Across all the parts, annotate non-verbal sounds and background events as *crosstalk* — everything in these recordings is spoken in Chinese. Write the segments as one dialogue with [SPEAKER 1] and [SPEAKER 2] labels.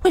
[SPEAKER 1] 惠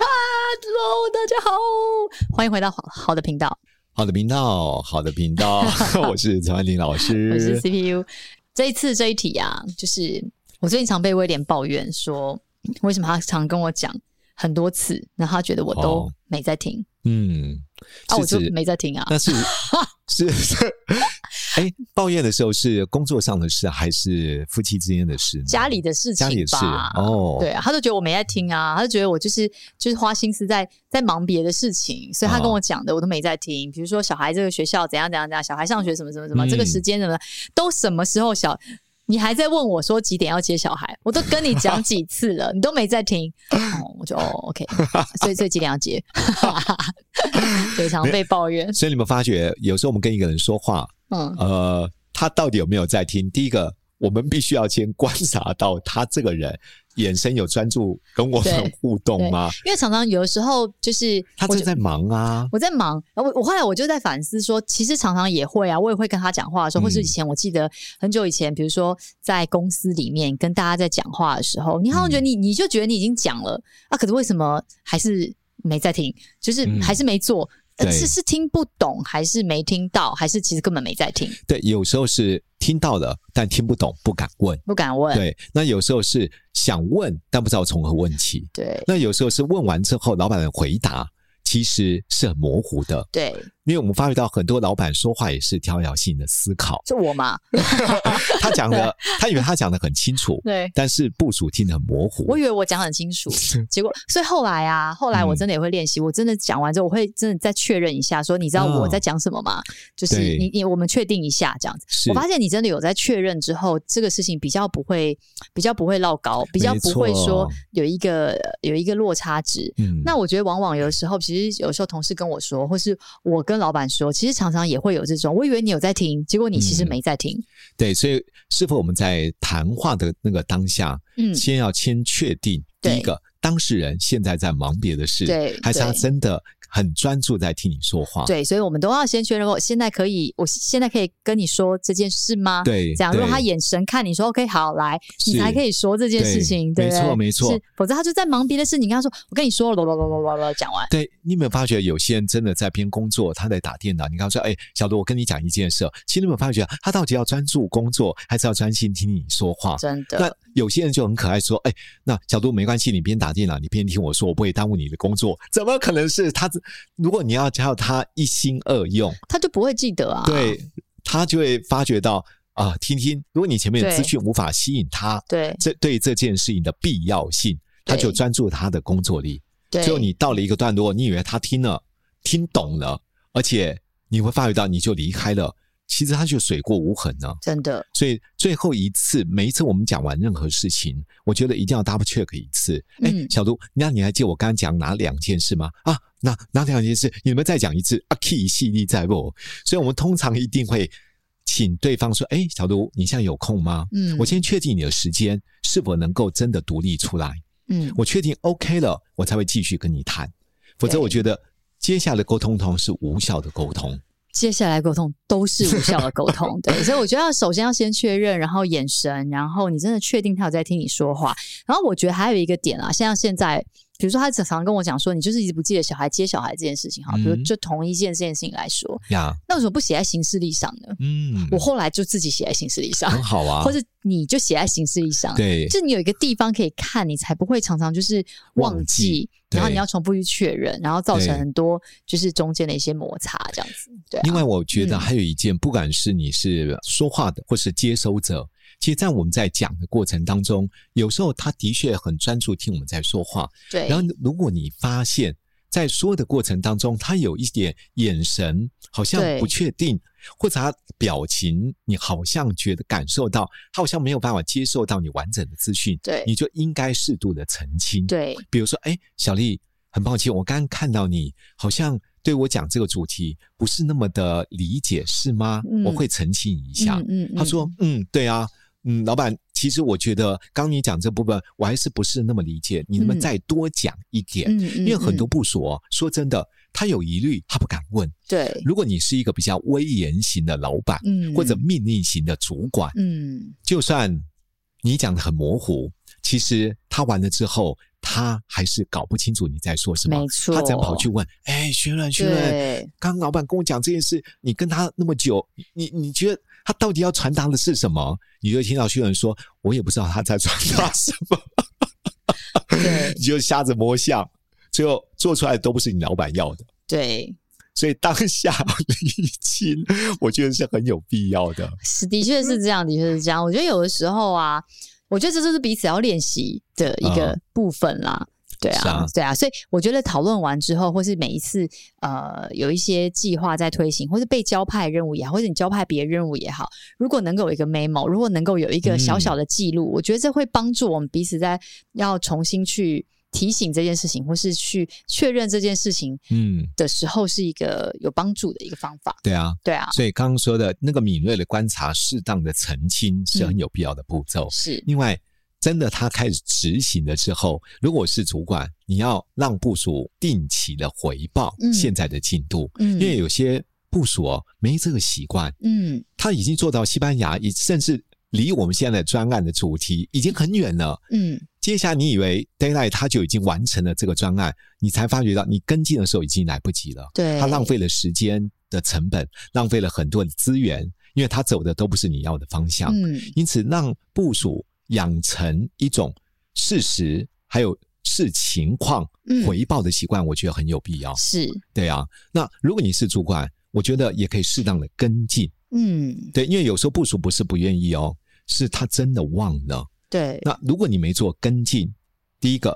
[SPEAKER 2] Hello，大家好，欢迎回到好好的频道，
[SPEAKER 3] 好的频道，好的频 *laughs* 道，我是陈安婷老师，
[SPEAKER 2] 我是 CPU。这一次这一题啊，就是我最近常被威廉抱怨说，为什么他常跟我讲很多次，然后他觉得我都
[SPEAKER 3] 哦
[SPEAKER 2] 没在听，
[SPEAKER 3] 嗯，
[SPEAKER 2] 啊，我
[SPEAKER 3] 是
[SPEAKER 2] 就
[SPEAKER 3] 指
[SPEAKER 2] 没在听啊。 *laughs*
[SPEAKER 3] 那是是是，哎，抱怨的时候是工作上的事还是夫妻之间的事呢？
[SPEAKER 2] 家里的事情
[SPEAKER 3] 家里的事
[SPEAKER 2] 吧，
[SPEAKER 3] 哦
[SPEAKER 2] 对啊，他就觉得我没在听啊，他就觉得我就是就是花心思在在忙别的事情，所以
[SPEAKER 3] 啊
[SPEAKER 2] 他跟我讲的我都没在听。比如说小孩这个学校怎样怎样怎样，小孩上学什么什么什么，
[SPEAKER 3] 嗯
[SPEAKER 2] 这个时间什么都什么时候小，你还在问我说几点要接小孩，我都跟你讲
[SPEAKER 3] *laughs*
[SPEAKER 2] 几次了，你都没在听。哦，我就哦 OK，所以所以几点要接， *laughs* 对，常被抱怨。
[SPEAKER 3] 所以你们发觉，有时候我们跟一个人说话，
[SPEAKER 2] 嗯，
[SPEAKER 3] 呃，他到底有没有在听？第一个，我们必须要先观察到他这个人眼神有专注跟我们
[SPEAKER 2] 对
[SPEAKER 3] 互动吗？
[SPEAKER 2] 因为常常有的时候就是
[SPEAKER 3] 他
[SPEAKER 2] 我
[SPEAKER 3] 正
[SPEAKER 2] 就
[SPEAKER 3] 在忙啊，
[SPEAKER 2] 我在忙，然后我我后来我就在反思说，其实常常也会啊，我也会跟他讲话的时候，或是以
[SPEAKER 3] 嗯
[SPEAKER 2] 前我记得很久以前，比如说在公司里面跟大家在讲话的时候，你好像觉
[SPEAKER 3] 嗯
[SPEAKER 2] 得你你就觉得你已经讲了啊，可是为什么还是没在听？就是
[SPEAKER 3] 嗯
[SPEAKER 2] 还是没做，呃
[SPEAKER 3] 对
[SPEAKER 2] 是是听不懂，还是没听到，还是其实根本没在听，
[SPEAKER 3] 对，有时候是听到了，但听不懂，不敢问。
[SPEAKER 2] 不敢问。
[SPEAKER 3] 对，那有时候是想问，但不知道从何问起。
[SPEAKER 2] 对
[SPEAKER 3] 那有时候是问完之后，老板的回答其实是很模糊的，
[SPEAKER 2] 对，，
[SPEAKER 3] 因为我们发觉到很多老板说话也是条条性的思考
[SPEAKER 2] *laughs* 就我嘛，
[SPEAKER 3] 他讲的，他以为他讲的很清楚，
[SPEAKER 2] 对。
[SPEAKER 3] 但是部署听得很模糊
[SPEAKER 2] 我。以为我讲很清楚，结果所以后来啊，后来我
[SPEAKER 3] 嗯
[SPEAKER 2] 真的也会练习，我真的讲完之后，我会真的再确认一下，说你知道我
[SPEAKER 3] 哦
[SPEAKER 2] 在讲什么吗？就是
[SPEAKER 3] 对
[SPEAKER 2] 你你我们确定一下这样子。
[SPEAKER 3] 是
[SPEAKER 2] 我发现你真的有在确认之后，这个事情比较不会比较不会落高，比较不会说有一个有一个落差值。
[SPEAKER 3] 嗯
[SPEAKER 2] 那我觉得往往有的时候，其实有时候同事跟我说，或是我跟老板说，其实常常也会有这种，我以为你有在听，结果你其实
[SPEAKER 3] 嗯
[SPEAKER 2] 没在听。
[SPEAKER 3] 对，所以是否我们在谈话的那个当下，
[SPEAKER 2] 嗯，
[SPEAKER 3] 先要先确定第
[SPEAKER 2] 对
[SPEAKER 3] 一个当事人现在在忙别的事，
[SPEAKER 2] 对
[SPEAKER 3] 还是他
[SPEAKER 2] 对
[SPEAKER 3] 真的很专注在听你说话？
[SPEAKER 2] 对，所以我们都要先确认过，现在可以，我现在可以跟你说这件事吗？，
[SPEAKER 3] 对，
[SPEAKER 2] 这样，如果
[SPEAKER 3] 对
[SPEAKER 2] 他眼神看你说 OK 好来，你
[SPEAKER 3] 是
[SPEAKER 2] 才可以说这件事
[SPEAKER 3] 对
[SPEAKER 2] 情，对不
[SPEAKER 3] 没错
[SPEAKER 2] 对
[SPEAKER 3] 没错
[SPEAKER 2] 是否则他就在忙别的事。你跟他说，我跟你说，啰啰啰啰啰啰，讲完，
[SPEAKER 3] 对，你有没有发觉有些人真的在边工作，他在打电脑？你刚刚说，哎、小罗，我跟你讲一件事哦。其实你有没有发觉，他到底要专注工作，还是要专心听你说话？
[SPEAKER 2] 真
[SPEAKER 3] 那
[SPEAKER 2] 的，
[SPEAKER 3] 有些人就很可爱，说：“哎、那小杜没关系，你边打电脑，你边听我说，我不会耽误你的工作。”怎么可能是他？如果你要叫他一心二用，
[SPEAKER 2] 他就不会记得啊。
[SPEAKER 3] 对他就会发觉到啊、听听。如果你前面的
[SPEAKER 2] 对
[SPEAKER 3] 资讯无法吸引他，
[SPEAKER 2] 对
[SPEAKER 3] 这对这件事情的必要性，他
[SPEAKER 2] 对
[SPEAKER 3] 就专注他的工作力。
[SPEAKER 2] 对，
[SPEAKER 3] 只有你到了一个段落，你以为他听了、听懂了，而且你会发觉到你就离开了，其实他就水过无痕了。
[SPEAKER 2] 真的
[SPEAKER 3] 所以最后一次，每一次我们讲完任何事情，我觉得一定要 double check 一次。哎、
[SPEAKER 2] 嗯
[SPEAKER 3] 小卢，那你还记得我刚刚讲哪两件事吗？啊，哪哪两件事？你们再讲一次啊，key 系列在不？所以我们通常一定会请对方说：“哎、小卢，你现在有空吗？”
[SPEAKER 2] 嗯
[SPEAKER 3] 我先确定你的时间是否能够真的独立出来。
[SPEAKER 2] 嗯，
[SPEAKER 3] 我确定 OK 了，我才会继续跟你谈，否则
[SPEAKER 2] 对
[SPEAKER 3] 我觉得接下来的沟通通常是无效的沟通。
[SPEAKER 2] 接下来沟通都是无效的沟
[SPEAKER 3] *laughs*
[SPEAKER 2] 通，对，所以我觉得要首先要先确认，然后眼神，然后你真的确定他有在听你说话，然后我觉得还有一个点啊，像现在比如说他常常跟我讲说，你就是一直不记得小孩接小孩这件事情哈，比如
[SPEAKER 3] 嗯
[SPEAKER 2] 就同一件这件事情来说，
[SPEAKER 3] 呀，
[SPEAKER 2] 那为什么不写在行事历上呢？
[SPEAKER 3] 嗯，
[SPEAKER 2] 我后来就自己写在行事历上，
[SPEAKER 3] 很好啊
[SPEAKER 2] 或，者你就写在行事历上，
[SPEAKER 3] 对，
[SPEAKER 2] 就你有一个地方可以看，你才不会常常就是忘记，
[SPEAKER 3] 忘记
[SPEAKER 2] 然后
[SPEAKER 3] 对
[SPEAKER 2] 你要重复去确认，然后造成
[SPEAKER 3] 对
[SPEAKER 2] 很多就是中间的一些摩擦这样子。对、
[SPEAKER 3] 另
[SPEAKER 2] 啊，
[SPEAKER 3] 外，我觉得
[SPEAKER 2] 嗯
[SPEAKER 3] 还有一件，不管是你是说话的，或是接收者，其实，在我们在讲的过程当中，有时候他的确很专注听我们在说话。
[SPEAKER 2] 对，
[SPEAKER 3] 然后，如果你发现，在说的过程当中，他有一点眼神好像
[SPEAKER 2] 对
[SPEAKER 3] 不确定，或者他表情，你好像觉得感受到，他好像没有办法接受到你完整的资讯，
[SPEAKER 2] 对
[SPEAKER 3] 你就应该适度的澄清。
[SPEAKER 2] 对
[SPEAKER 3] 比如说，哎，小丽，很抱歉，我刚刚看到你好像对我讲这个主题不是那么的理解，是吗？
[SPEAKER 2] 嗯
[SPEAKER 3] 我会澄清一下。
[SPEAKER 2] 嗯嗯
[SPEAKER 3] 他说，嗯，对啊，嗯，老板，其实我觉得刚你讲这部分，我还是不是那么理解，你能不
[SPEAKER 2] 嗯
[SPEAKER 3] 能再多讲一点？
[SPEAKER 2] 嗯，
[SPEAKER 3] 因为很多
[SPEAKER 2] 嗯
[SPEAKER 3] 部署、哦，说真的，他有疑虑，他不敢问。
[SPEAKER 2] 对，
[SPEAKER 3] 如果你是一个比较威严型的老板，
[SPEAKER 2] 嗯
[SPEAKER 3] 或者命令型的主管，
[SPEAKER 2] 嗯，
[SPEAKER 3] 就算你讲的很模糊，其实他完了之后，他还是搞不清楚你在说什么。
[SPEAKER 2] 没错
[SPEAKER 3] 他只能跑去问：“哎，学伦，学伦，
[SPEAKER 2] 对
[SPEAKER 3] 刚刚老板跟我讲这件事，你跟他那么久，你你觉得他到底要传达的是什么？”你就会听到学伦说：“我也不知道他在传达什么。 *laughs*
[SPEAKER 2] 对”
[SPEAKER 3] 你就瞎子摸象，最后做出来都不是你老板要的。
[SPEAKER 2] 对，
[SPEAKER 3] 所以当下厘清，我觉得是很有必要的。
[SPEAKER 2] 是的确
[SPEAKER 3] 嗯
[SPEAKER 2] 是这样，的确是这样。我觉得有的时候啊，我觉得这就是彼此要练习的一个
[SPEAKER 3] 嗯
[SPEAKER 2] 部分啦。对
[SPEAKER 3] 是
[SPEAKER 2] 啊
[SPEAKER 3] 啊，
[SPEAKER 2] 对啊，所以我觉得讨论完之后，或是每一次呃有一些计划在推行，或是被交派任务也好，或者你交派别的任务也好，如果能够有一个 memo，如果能够有一个小小
[SPEAKER 3] 嗯
[SPEAKER 2] 的记录，我觉得这会帮助我们彼此在要重新去提醒这件事情，或是去确认这件事情
[SPEAKER 3] 嗯，
[SPEAKER 2] 的时候，是一个有帮助的一个方法。
[SPEAKER 3] 对啊，
[SPEAKER 2] 对啊，
[SPEAKER 3] 所以刚刚说的那个敏锐的观察、适当的澄清是很有必要的步骤。
[SPEAKER 2] 是
[SPEAKER 3] 另外，真的他开始执行了之后，如果是主管，你要让部署定期的回报
[SPEAKER 2] 嗯
[SPEAKER 3] 现在的进度，
[SPEAKER 2] 嗯
[SPEAKER 3] 因为有些部署哦没这个习惯，
[SPEAKER 2] 嗯，
[SPEAKER 3] 他已经做到西班牙，以甚至离我们现在的专案的主题已经很远了。
[SPEAKER 2] 嗯，
[SPEAKER 3] 接下来你以为 d a y l i g h t 他就已经完成了这个专案，你才发觉到你跟进的时候已经来不及了。
[SPEAKER 2] 对，
[SPEAKER 3] 他浪费了时间的成本，浪费了很多的资源，因为他走的都不是你要的方向。
[SPEAKER 2] 嗯
[SPEAKER 3] 因此，让部署养成一种事实还有视情况
[SPEAKER 2] 嗯
[SPEAKER 3] 回报的习惯，我觉得很有必要。
[SPEAKER 2] 是，
[SPEAKER 3] 对啊，那如果你是主管，我觉得也可以适当的跟进。
[SPEAKER 2] 嗯，
[SPEAKER 3] 对，因为有时候部署不是不愿意哦，是他真的忘了。
[SPEAKER 2] 对，
[SPEAKER 3] 那如果你没做跟进，第一个，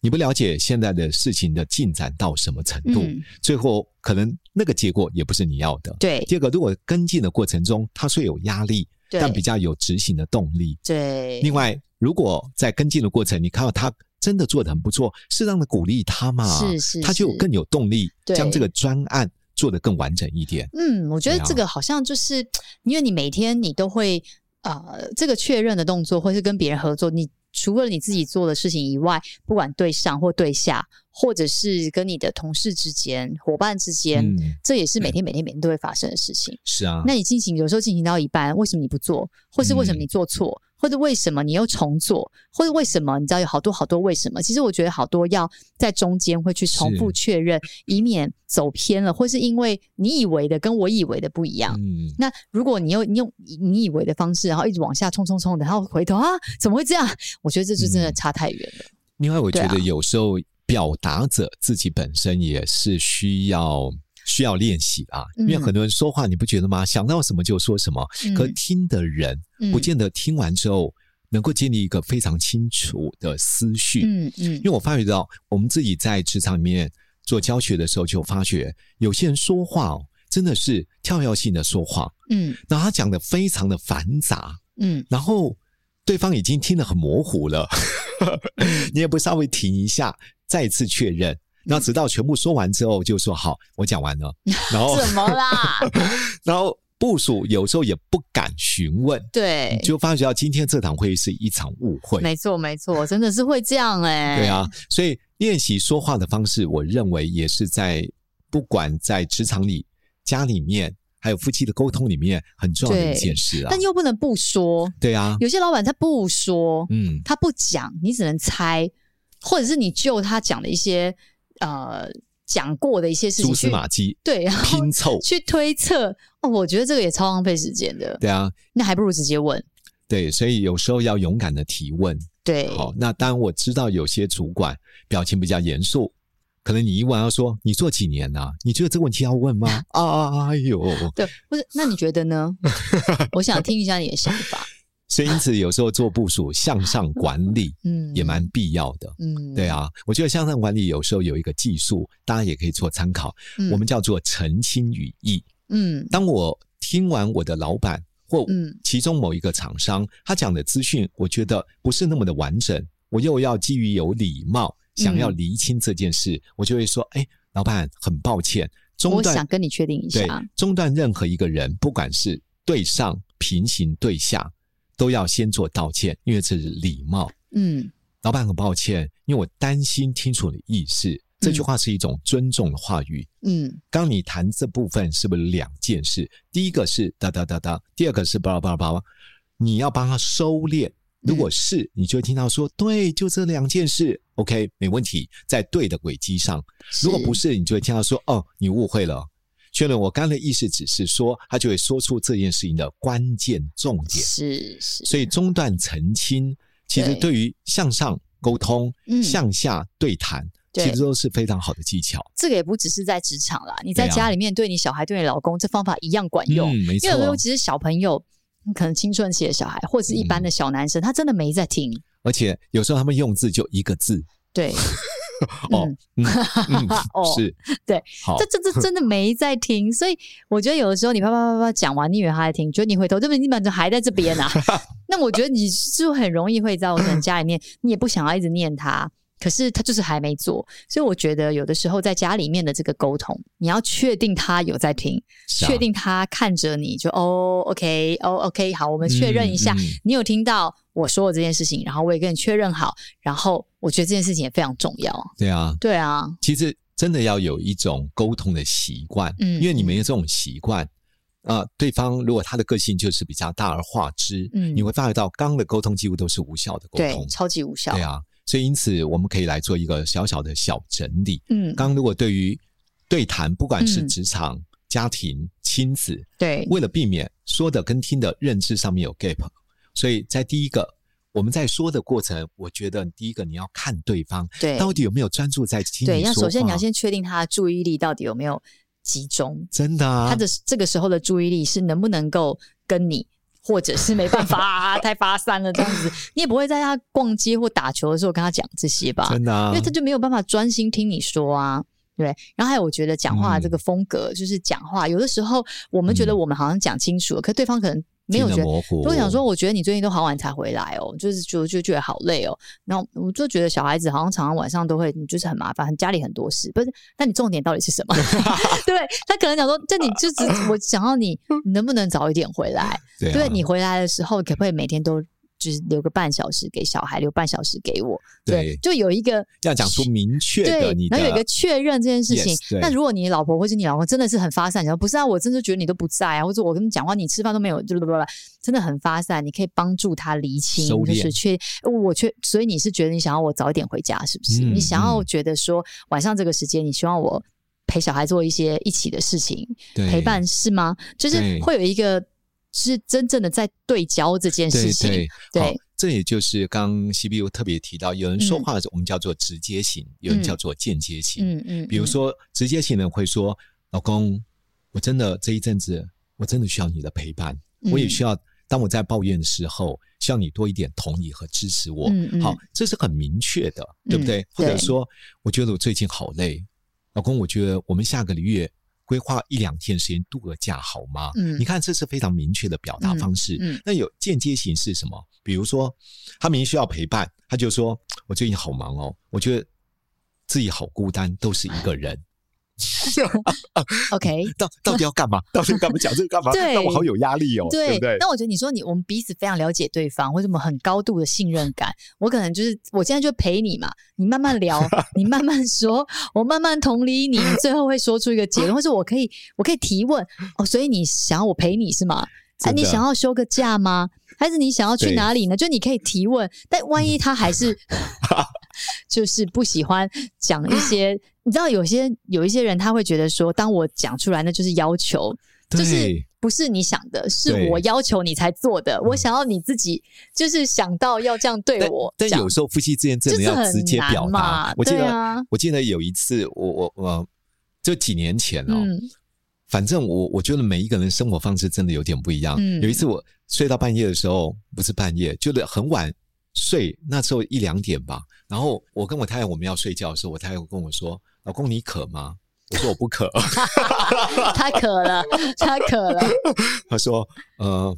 [SPEAKER 3] 你不了解现在的事情的进展到什么程度，
[SPEAKER 2] 嗯
[SPEAKER 3] 最后可能那个结果也不是你要的。
[SPEAKER 2] 对
[SPEAKER 3] 第二个，如果跟进的过程中，它虽有压力，
[SPEAKER 2] 对
[SPEAKER 3] 但比较有执行的动力。
[SPEAKER 2] 对，
[SPEAKER 3] 另外，如果在跟进的过程，你看到他真的做得很不错，适当的鼓励他嘛，
[SPEAKER 2] 是是
[SPEAKER 3] 啊他就是有更有动力
[SPEAKER 2] 对
[SPEAKER 3] 将这个专案做得更完整一点。
[SPEAKER 2] 嗯，我觉得
[SPEAKER 3] 对啊
[SPEAKER 2] 这个好像就是因为你每天你都会呃这个确认的动作，或是跟别人合作，你除了你自己做的事情以外，不管对上或对下，或者是跟你的同事之间、伙伴之间，
[SPEAKER 3] 嗯，
[SPEAKER 2] 这也是每天每天每天都会发生的事情。
[SPEAKER 3] 是啊，
[SPEAKER 2] 那你进行有时候进行到一半，为什么你不做，或是为什么
[SPEAKER 3] 嗯
[SPEAKER 2] 你做错，或者为什么你又重做，或者为什么你知道有好多好多为什么？其实我觉得好多要在中间会去重复
[SPEAKER 3] 是
[SPEAKER 2] 确认，以免走偏了，或是因为你以为的跟我以为的不一样。
[SPEAKER 3] 嗯，
[SPEAKER 2] 那如果你用你用你以为的方式，然后一直往下冲冲冲的，然后回头啊，怎么会这样？我觉得这就真的
[SPEAKER 3] 嗯
[SPEAKER 2] 差太远了。
[SPEAKER 3] 另外，我
[SPEAKER 2] 对
[SPEAKER 3] 觉
[SPEAKER 2] 啊
[SPEAKER 3] 得有时候表达者自己本身也是需要需要练习啊，
[SPEAKER 2] 嗯
[SPEAKER 3] 因为很多人说话，你不觉得吗？想到什么就说什么，
[SPEAKER 2] 嗯
[SPEAKER 3] 可听的人
[SPEAKER 2] 嗯
[SPEAKER 3] 不见得听完之后能够建立一个非常清楚的思绪。
[SPEAKER 2] 嗯嗯
[SPEAKER 3] 因，为我发觉到我们自己在职场里面做教学的时候，就发觉有些人说话哦，真的是跳跃性的说话，
[SPEAKER 2] 嗯
[SPEAKER 3] 那他讲的非常的繁杂，
[SPEAKER 2] 嗯，
[SPEAKER 3] 然后对方已经听得很模糊了， *laughs* 你也不稍微停一下，再次确
[SPEAKER 2] 嗯
[SPEAKER 3] 认。然后直到全部说完之后，就说好，我讲完了。
[SPEAKER 2] *laughs*
[SPEAKER 3] 然后，
[SPEAKER 2] 怎么啦？
[SPEAKER 3] *laughs* 然后部署有时候也不敢询问，
[SPEAKER 2] 对
[SPEAKER 3] 你，就发觉到今天这场会议是一场误会。
[SPEAKER 2] 没错没错，真的是会这样哎、
[SPEAKER 3] 对啊，所以练习说话的方式，我认为也是在不管在职场里、家里面，还有夫妻的沟通里面很重要的一件事啊
[SPEAKER 2] 但。又不能不说。
[SPEAKER 3] 对啊，
[SPEAKER 2] 有些老板他不说，
[SPEAKER 3] 嗯，
[SPEAKER 2] 他不讲，你只能猜。或者是你就他讲的一些呃讲过的一些事情
[SPEAKER 3] 蛛丝
[SPEAKER 2] 去
[SPEAKER 3] 马迹
[SPEAKER 2] 对，然后
[SPEAKER 3] 拼凑，
[SPEAKER 2] 去推测。哦，我觉得这个也超浪费时间的，
[SPEAKER 3] 对啊，
[SPEAKER 2] 那还不如直接问。
[SPEAKER 3] 对，所以有时候要勇敢的提问。
[SPEAKER 2] 对，
[SPEAKER 3] 好，那当然我知道有些主管表情比较严肃，可能你一问他说你做几年啊？你觉得这个问题要问吗？
[SPEAKER 2] *laughs* 哦
[SPEAKER 3] 啊，哎呦，
[SPEAKER 2] 对，不是？那你觉得
[SPEAKER 3] *laughs*
[SPEAKER 2] 呢？我想听一下你的想法。
[SPEAKER 3] 所以因此有时候做部署向上管理
[SPEAKER 2] 嗯，
[SPEAKER 3] 也蛮必要的。
[SPEAKER 2] 嗯，
[SPEAKER 3] 对，啊，我觉得向上管理有时候有一个技术，大家也可以做参考，
[SPEAKER 2] 嗯
[SPEAKER 3] 我们叫做澄清语义。
[SPEAKER 2] 嗯
[SPEAKER 3] 当我听完我的老板或
[SPEAKER 2] 嗯
[SPEAKER 3] 其中某一个厂商他讲的资讯，我觉得不是那么的完整，我又要基于有礼貌想
[SPEAKER 2] 嗯
[SPEAKER 3] 要厘清这件事，我就会说：“哎，老板，很抱歉，中
[SPEAKER 2] 我想
[SPEAKER 3] 断
[SPEAKER 2] 跟你确定一
[SPEAKER 3] 对
[SPEAKER 2] 下。
[SPEAKER 3] 中断任何一个人，不管是对上、平行、对下，都要先做道歉，因为这是礼貌。
[SPEAKER 2] 嗯
[SPEAKER 3] 老板，很抱歉，因为我担心听出你的意思。”这句话是一种尊重的话语，
[SPEAKER 2] 嗯
[SPEAKER 3] 刚你谈这部分是不是两件事？第一个是哒哒哒哒，第二个是巴拉巴拉巴拉，你要帮他收敛。如果是，你就会听到说，对，就这两件事，OK，没问题，在对的轨迹上。如果不是，你就会听到说，哦，你误会了。确认我刚才的意思只是说，他就会说出这件事情的关键重点。
[SPEAKER 2] 是是，
[SPEAKER 3] 所以中断澄清，其实
[SPEAKER 2] 对
[SPEAKER 3] 对于向上沟通、
[SPEAKER 2] 嗯
[SPEAKER 3] 向下对谈，其
[SPEAKER 2] 对
[SPEAKER 3] 实都是非常好的技巧。
[SPEAKER 2] 这个也不只是在职场啦，你在
[SPEAKER 3] 对啊
[SPEAKER 2] 家里面对你小孩、对你老公，这方法一样管用。
[SPEAKER 3] 嗯，没
[SPEAKER 2] 因为有时候
[SPEAKER 3] 错。
[SPEAKER 2] 其实小朋友，嗯可能青春期的小孩，或者是一般的
[SPEAKER 3] 嗯
[SPEAKER 2] 小男生，他真的没在听。
[SPEAKER 3] 而且有时候他们用字就一个字，
[SPEAKER 2] 对，
[SPEAKER 3] 哦
[SPEAKER 2] 嗯，
[SPEAKER 3] 嗯，嗯
[SPEAKER 2] *laughs* 哦
[SPEAKER 3] 是，
[SPEAKER 2] 对，
[SPEAKER 3] 好
[SPEAKER 2] 这，这这真的没在听，所以我觉得有的时候你啪啪啪啪讲完，你以为他在听，就你回头，这边你怎么还在这边啊？ *laughs* 那我觉得你是不是很容易会造成家里面你也不想要一直念他，可是他就是还没做，所以我觉得有的时候在家里面的这个沟通，你要确定他有在听，
[SPEAKER 3] 是啊
[SPEAKER 2] 确定他看着你就哦，OK，哦，OK，好，我们确认一下，
[SPEAKER 3] 嗯嗯
[SPEAKER 2] 你有听到我说的这件事情，然后我也跟你确认好，然后我觉得这件事情也非常重要，
[SPEAKER 3] 对啊，
[SPEAKER 2] 对啊，
[SPEAKER 3] 其实真的要有一种沟通的习惯，
[SPEAKER 2] 嗯
[SPEAKER 3] 因为你们有这种习惯。啊、对方如果他的个性就是比较大而化之，
[SPEAKER 2] 嗯
[SPEAKER 3] 你会发觉到刚刚的沟通几乎都是无效的沟
[SPEAKER 2] 对，
[SPEAKER 3] 通，
[SPEAKER 2] 超级无效，
[SPEAKER 3] 对啊，所以因此我们可以来做一个小小的小整理。
[SPEAKER 2] 嗯，
[SPEAKER 3] 刚刚如果对于对谈，不管是
[SPEAKER 2] 嗯
[SPEAKER 3] 职场、家庭、亲子，
[SPEAKER 2] 对，
[SPEAKER 3] 为了避免说的跟听的认知上面有 gap，所以在第一个我们在说的过程，我觉得第一个你要看对方
[SPEAKER 2] 对
[SPEAKER 3] 到底有没有专注在听
[SPEAKER 2] 对，
[SPEAKER 3] 你
[SPEAKER 2] 要
[SPEAKER 3] 说
[SPEAKER 2] 首先你
[SPEAKER 3] 话
[SPEAKER 2] 要先确定他的注意力到底有没有集中，
[SPEAKER 3] 真的啊，
[SPEAKER 2] 他的这个时候的注意力是能不能够跟你，或者是没办法、
[SPEAKER 3] *laughs*
[SPEAKER 2] 啊、太发散了这样子，你也不会在他逛街或打球的时候跟他讲这些吧，
[SPEAKER 3] 真的啊，
[SPEAKER 2] 因为他就没有办法专心听你说啊。对，然后还有我觉得讲话的这个风格，就是讲话、有的时候我们觉得
[SPEAKER 3] 嗯
[SPEAKER 2] 我们好像讲清楚了，可对方可能没有
[SPEAKER 3] 听
[SPEAKER 2] 觉
[SPEAKER 3] 得
[SPEAKER 2] 得
[SPEAKER 3] 模糊。
[SPEAKER 2] 如果想说，我觉得你最近都好晚才回来哦，就是就就觉得好累哦。然后我就觉得小孩子好像常常晚上都会，你就是很麻烦，家里很多事。不是，那你重点到底是什
[SPEAKER 3] *laughs*
[SPEAKER 2] 么？对他可能想说，这你就只我想要你你能不能早一点回来？
[SPEAKER 3] 嗯对啊
[SPEAKER 2] 对你回来的时候，可不可以每天都就是留个半小时给小孩，留半小时给我？
[SPEAKER 3] 对
[SPEAKER 2] 就有一个
[SPEAKER 3] 要讲出明确的你的，
[SPEAKER 2] 然后有一个确认这件事情
[SPEAKER 3] Yes，。对
[SPEAKER 2] 那如果你老婆或者你老公真的是很发散，然后不是啊，我真的觉得你都不在啊，或者我跟你
[SPEAKER 3] *laughs*
[SPEAKER 2] 讲话，你吃饭都没有，就不不不，真的很发散。你可以帮助他厘清，
[SPEAKER 3] 收敛
[SPEAKER 2] 就是确我确，所以你是觉得你想要我早一点回家，是不是？
[SPEAKER 3] 嗯
[SPEAKER 2] 你想要
[SPEAKER 3] 嗯
[SPEAKER 2] 觉得说晚上这个时间，你希望我陪小孩做一些一起的事情，
[SPEAKER 3] 对
[SPEAKER 2] 陪伴是吗？就是
[SPEAKER 3] 对
[SPEAKER 2] 会有一个。是真正的在对焦这件事
[SPEAKER 3] 对
[SPEAKER 2] 情，
[SPEAKER 3] 对
[SPEAKER 2] 对
[SPEAKER 3] 好，这也就是刚 CPU 特别提到，有人说话的时候我们叫做直接型，有人叫做间接型。
[SPEAKER 2] 嗯嗯，
[SPEAKER 3] 比如说，直接型人会说：“老公，我真的这一阵子，我真的需要你的陪伴，
[SPEAKER 2] 嗯
[SPEAKER 3] 我也需要当我在抱怨的时候，需要你多一点同理和支持我。
[SPEAKER 2] 嗯嗯
[SPEAKER 3] 好，这是很明确的，对不对？或者
[SPEAKER 2] 对
[SPEAKER 3] 说，我觉得我最近好累，老公，我觉得我们下个月规划一两天时间度个假好吗？
[SPEAKER 2] 嗯
[SPEAKER 3] 你看，这是非常明确的表达方式。
[SPEAKER 2] 嗯嗯
[SPEAKER 3] 那有间接型是什么？比如说，他明明需要陪伴，他就说：“我最近好忙哦，我觉得自己好孤单，都是一个
[SPEAKER 2] *laughs*
[SPEAKER 3] 人。
[SPEAKER 2] o k
[SPEAKER 3] 到到底要干嘛？ *laughs* 到底要干嘛？讲这个干嘛？
[SPEAKER 2] 对
[SPEAKER 3] 让我好有压力哦，
[SPEAKER 2] 对，
[SPEAKER 3] 不对？
[SPEAKER 2] 那我觉得你说你我们彼此非常了解对方，或者我们很高度的信任感。我可能就是我现在就陪你嘛，你慢慢
[SPEAKER 3] *laughs*
[SPEAKER 2] 聊，你慢慢说，我慢慢同理你，最后会说出一个结论，或者我可以我可以提问哦。所以你想要我陪你是吗？哎、
[SPEAKER 3] 真的
[SPEAKER 2] 你想要休个假吗？还是你想要去
[SPEAKER 3] 对嗯
[SPEAKER 2] 哪里呢？就你可以提问，但万一他还
[SPEAKER 3] *laughs*
[SPEAKER 2] 是就是不喜欢讲一些，你知道有些有一些人他会觉得说，当我讲出来那就是要求，
[SPEAKER 3] 对
[SPEAKER 2] 就是不是你想的，是
[SPEAKER 3] 对嗯
[SPEAKER 2] 我要求你才做的，我想要你自己就是想到要这样对
[SPEAKER 3] 但
[SPEAKER 2] 我
[SPEAKER 3] 但
[SPEAKER 2] 这样
[SPEAKER 3] 有时候夫妻之间真的
[SPEAKER 2] 就是
[SPEAKER 3] 要
[SPEAKER 2] 很
[SPEAKER 3] 直接
[SPEAKER 2] 难
[SPEAKER 3] 表达
[SPEAKER 2] 嘛。
[SPEAKER 3] 我记
[SPEAKER 2] 对
[SPEAKER 3] 得、 *laughs* 哦
[SPEAKER 2] 啊
[SPEAKER 3] 我记得有一次，我我我就几年前哦，
[SPEAKER 2] 嗯
[SPEAKER 3] 反正我我觉得每一个人生活方式真的有点不一样。
[SPEAKER 2] 嗯
[SPEAKER 3] 有一次我睡到半夜的时候，不是半夜，就是很晚睡，那时候一两点吧。然后我跟我太太我们要睡觉的时候，我太太跟我说：“老公，你渴吗？”我说：“我不渴。
[SPEAKER 2] 他渴了，他渴了，”
[SPEAKER 3] 她说：“呃，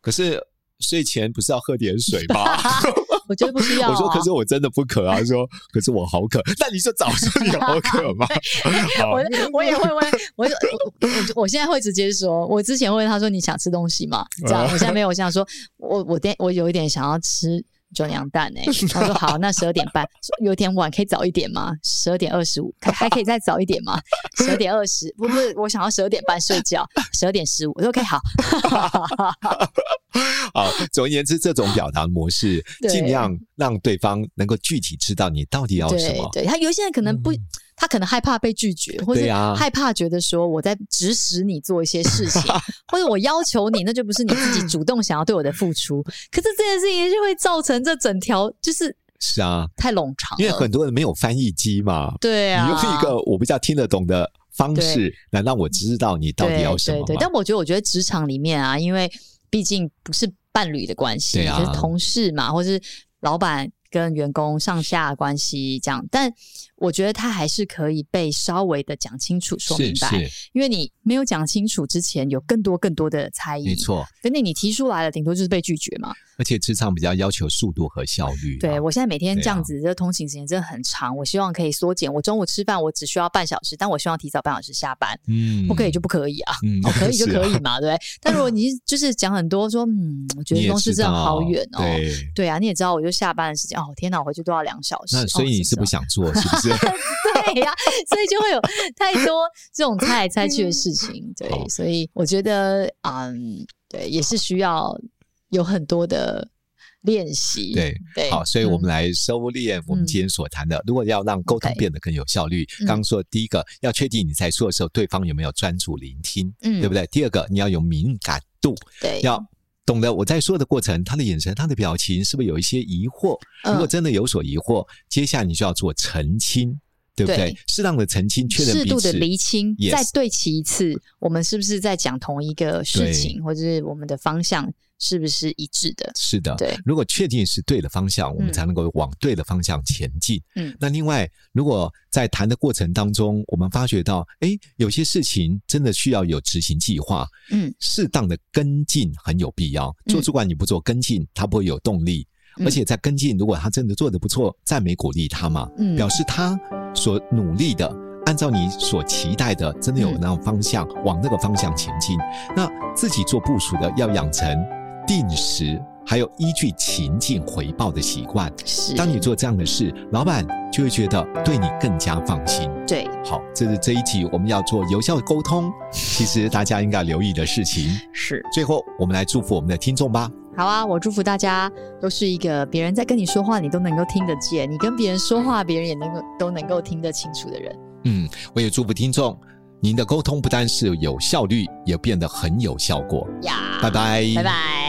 [SPEAKER 3] 可是睡前不是要喝点水吗？”
[SPEAKER 2] *laughs* 我觉得不需要、啊。
[SPEAKER 3] *laughs* 我说：“可是我真的不渴啊。”她说：“可是我好渴。”那你说早说你好渴吗？好
[SPEAKER 2] *laughs* 我我也会问，我就我我我现在会直接说，我之前会问他说你想吃东西吗？这样，我现在没有，我想说，我我点我有一点想要吃九娘蛋哎、他说好，那十二点半说有点晚，可以早一点吗？十二点二十五，还还可以再早一点吗？十二点二十，不不是，我想要十二点半睡觉，十二点十五，我说 OK 好，
[SPEAKER 3] 好，啊总而言之，这种表达模式
[SPEAKER 2] *laughs* 对
[SPEAKER 3] 尽量让对方能够具体知道你到底要什
[SPEAKER 2] 对
[SPEAKER 3] 么。嗯
[SPEAKER 2] 对，他有一些人可能不，他可能害怕被拒绝，或
[SPEAKER 3] 对
[SPEAKER 2] 是
[SPEAKER 3] 啊
[SPEAKER 2] 害怕觉得说我在指使你做一些事
[SPEAKER 3] *laughs*
[SPEAKER 2] 情，或者我要求你，那就不是你自己主动想要对我的付出。可是这件事情就会造成这整条就是
[SPEAKER 3] 是啊，
[SPEAKER 2] 太冗长
[SPEAKER 3] 因为
[SPEAKER 2] 了，
[SPEAKER 3] 很多人没有翻译机嘛，
[SPEAKER 2] 嗯对啊，
[SPEAKER 3] 你用一个我比较听得懂的方式来让我知道你到底
[SPEAKER 2] 对
[SPEAKER 3] 要什么嘛。
[SPEAKER 2] 对对，但我觉得，我觉得职场里面啊，因为毕竟不是伴侣的关系，
[SPEAKER 3] 对啊
[SPEAKER 2] 就是同事嘛，或是老板跟员工上下关系这样，但我觉得他还是可以被稍微的讲清楚、说明
[SPEAKER 3] 是
[SPEAKER 2] 白，
[SPEAKER 3] 是
[SPEAKER 2] 因为你没有讲清楚之前，有更多更多的猜疑。
[SPEAKER 3] 没，错，
[SPEAKER 2] 可是你提出来了，顶多就是被拒绝嘛。
[SPEAKER 3] 而且职场比较要求速度和效率、
[SPEAKER 2] 对，我现在每天
[SPEAKER 3] 对啊
[SPEAKER 2] 这样子，这通勤时间真的很长，我希望可以缩减。我中午吃饭我只需要半小时，但我希望提早半小时下班，
[SPEAKER 3] 嗯
[SPEAKER 2] 不可以就不可以
[SPEAKER 3] *laughs*
[SPEAKER 2] 啊。
[SPEAKER 3] 嗯
[SPEAKER 2] 哦，可以就是
[SPEAKER 3] 啊嗯
[SPEAKER 2] 可以嘛，对不对？但如果你就是讲很多说，嗯，我觉
[SPEAKER 3] 你
[SPEAKER 2] 得
[SPEAKER 3] 也
[SPEAKER 2] 公司
[SPEAKER 3] 知
[SPEAKER 2] 真的好
[SPEAKER 3] 道
[SPEAKER 2] 远哦。
[SPEAKER 3] 对，
[SPEAKER 2] 对啊，你也知道，我就下班的时间，哦，天哪，我回去都要两小时。
[SPEAKER 3] 那所以
[SPEAKER 2] 哦
[SPEAKER 3] 你是不
[SPEAKER 2] 这样
[SPEAKER 3] 想做，是
[SPEAKER 2] *laughs*
[SPEAKER 3] 不是？
[SPEAKER 2] 对呀、所以就会有太多这种猜来猜去的事情。对
[SPEAKER 3] 好，
[SPEAKER 2] 所以我觉得，嗯，对，也是需要有很多的练习。
[SPEAKER 3] 对
[SPEAKER 2] 对，
[SPEAKER 3] 好，所以我们
[SPEAKER 2] 嗯
[SPEAKER 3] 来收敛我们今天所谈的。如果要让沟通
[SPEAKER 2] OK
[SPEAKER 3] 变得更有效率，
[SPEAKER 2] 嗯
[SPEAKER 3] 刚刚说的第一个要确定你在说的时候，对方有没有专注聆听，
[SPEAKER 2] 嗯
[SPEAKER 3] 对不对？第二个你要有敏感度，
[SPEAKER 2] 对
[SPEAKER 3] 要懂得我在说的过程，他的眼神、他的表情是不是有一些疑惑？如果
[SPEAKER 2] 嗯
[SPEAKER 3] 真的有所疑惑，接下来你就要做澄清，对不对？
[SPEAKER 2] 对
[SPEAKER 3] 适当的澄清，确认
[SPEAKER 2] 适
[SPEAKER 3] 彼
[SPEAKER 2] 度的
[SPEAKER 3] 此。
[SPEAKER 2] 厘清
[SPEAKER 3] Yes
[SPEAKER 2] 再对齐一次，我们是不是在讲同一个事
[SPEAKER 3] 对
[SPEAKER 2] 情，或者是我们的方向是不是一致的？
[SPEAKER 3] 是的，
[SPEAKER 2] 对
[SPEAKER 3] 如果确定是对的方向，我们
[SPEAKER 2] 嗯
[SPEAKER 3] 才能够往对的方向前进。
[SPEAKER 2] 嗯
[SPEAKER 3] 那另外，如果在谈的过程当中，我们发觉到，诶，有些事情真的需要有执行计划，
[SPEAKER 2] 嗯，
[SPEAKER 3] 适当的跟进很有必要。
[SPEAKER 2] 嗯
[SPEAKER 3] 做主管你不做跟进，他不会有动
[SPEAKER 2] 嗯
[SPEAKER 3] 力。而且在跟进，如果他真的做得不错，赞美鼓励他嘛，
[SPEAKER 2] 嗯
[SPEAKER 3] 表示他所努力的，按照你所期待的，真的有
[SPEAKER 2] 嗯
[SPEAKER 3] 那种方向，往那个方向前进。那自己做部署的，要养成定时还有依据情境回报的习惯。
[SPEAKER 2] 是。
[SPEAKER 3] 当你做这样的事，老板就会觉得对你更加放心。
[SPEAKER 2] 对
[SPEAKER 3] 好，这是这一集我们要做有效沟通，其实大家应该留意的事情。
[SPEAKER 2] 是
[SPEAKER 3] 最后，我们来祝福我们的听众吧。
[SPEAKER 2] 好啊，我祝福大家都是一个别人在跟你说话，你都能够听得见；你跟别人说话，别人也能够都能够听得清楚的人。
[SPEAKER 3] 嗯，我也祝福听众，您的沟通不但是有效率，也变得很有效果。
[SPEAKER 2] 呀，
[SPEAKER 3] 拜拜，
[SPEAKER 2] 拜拜。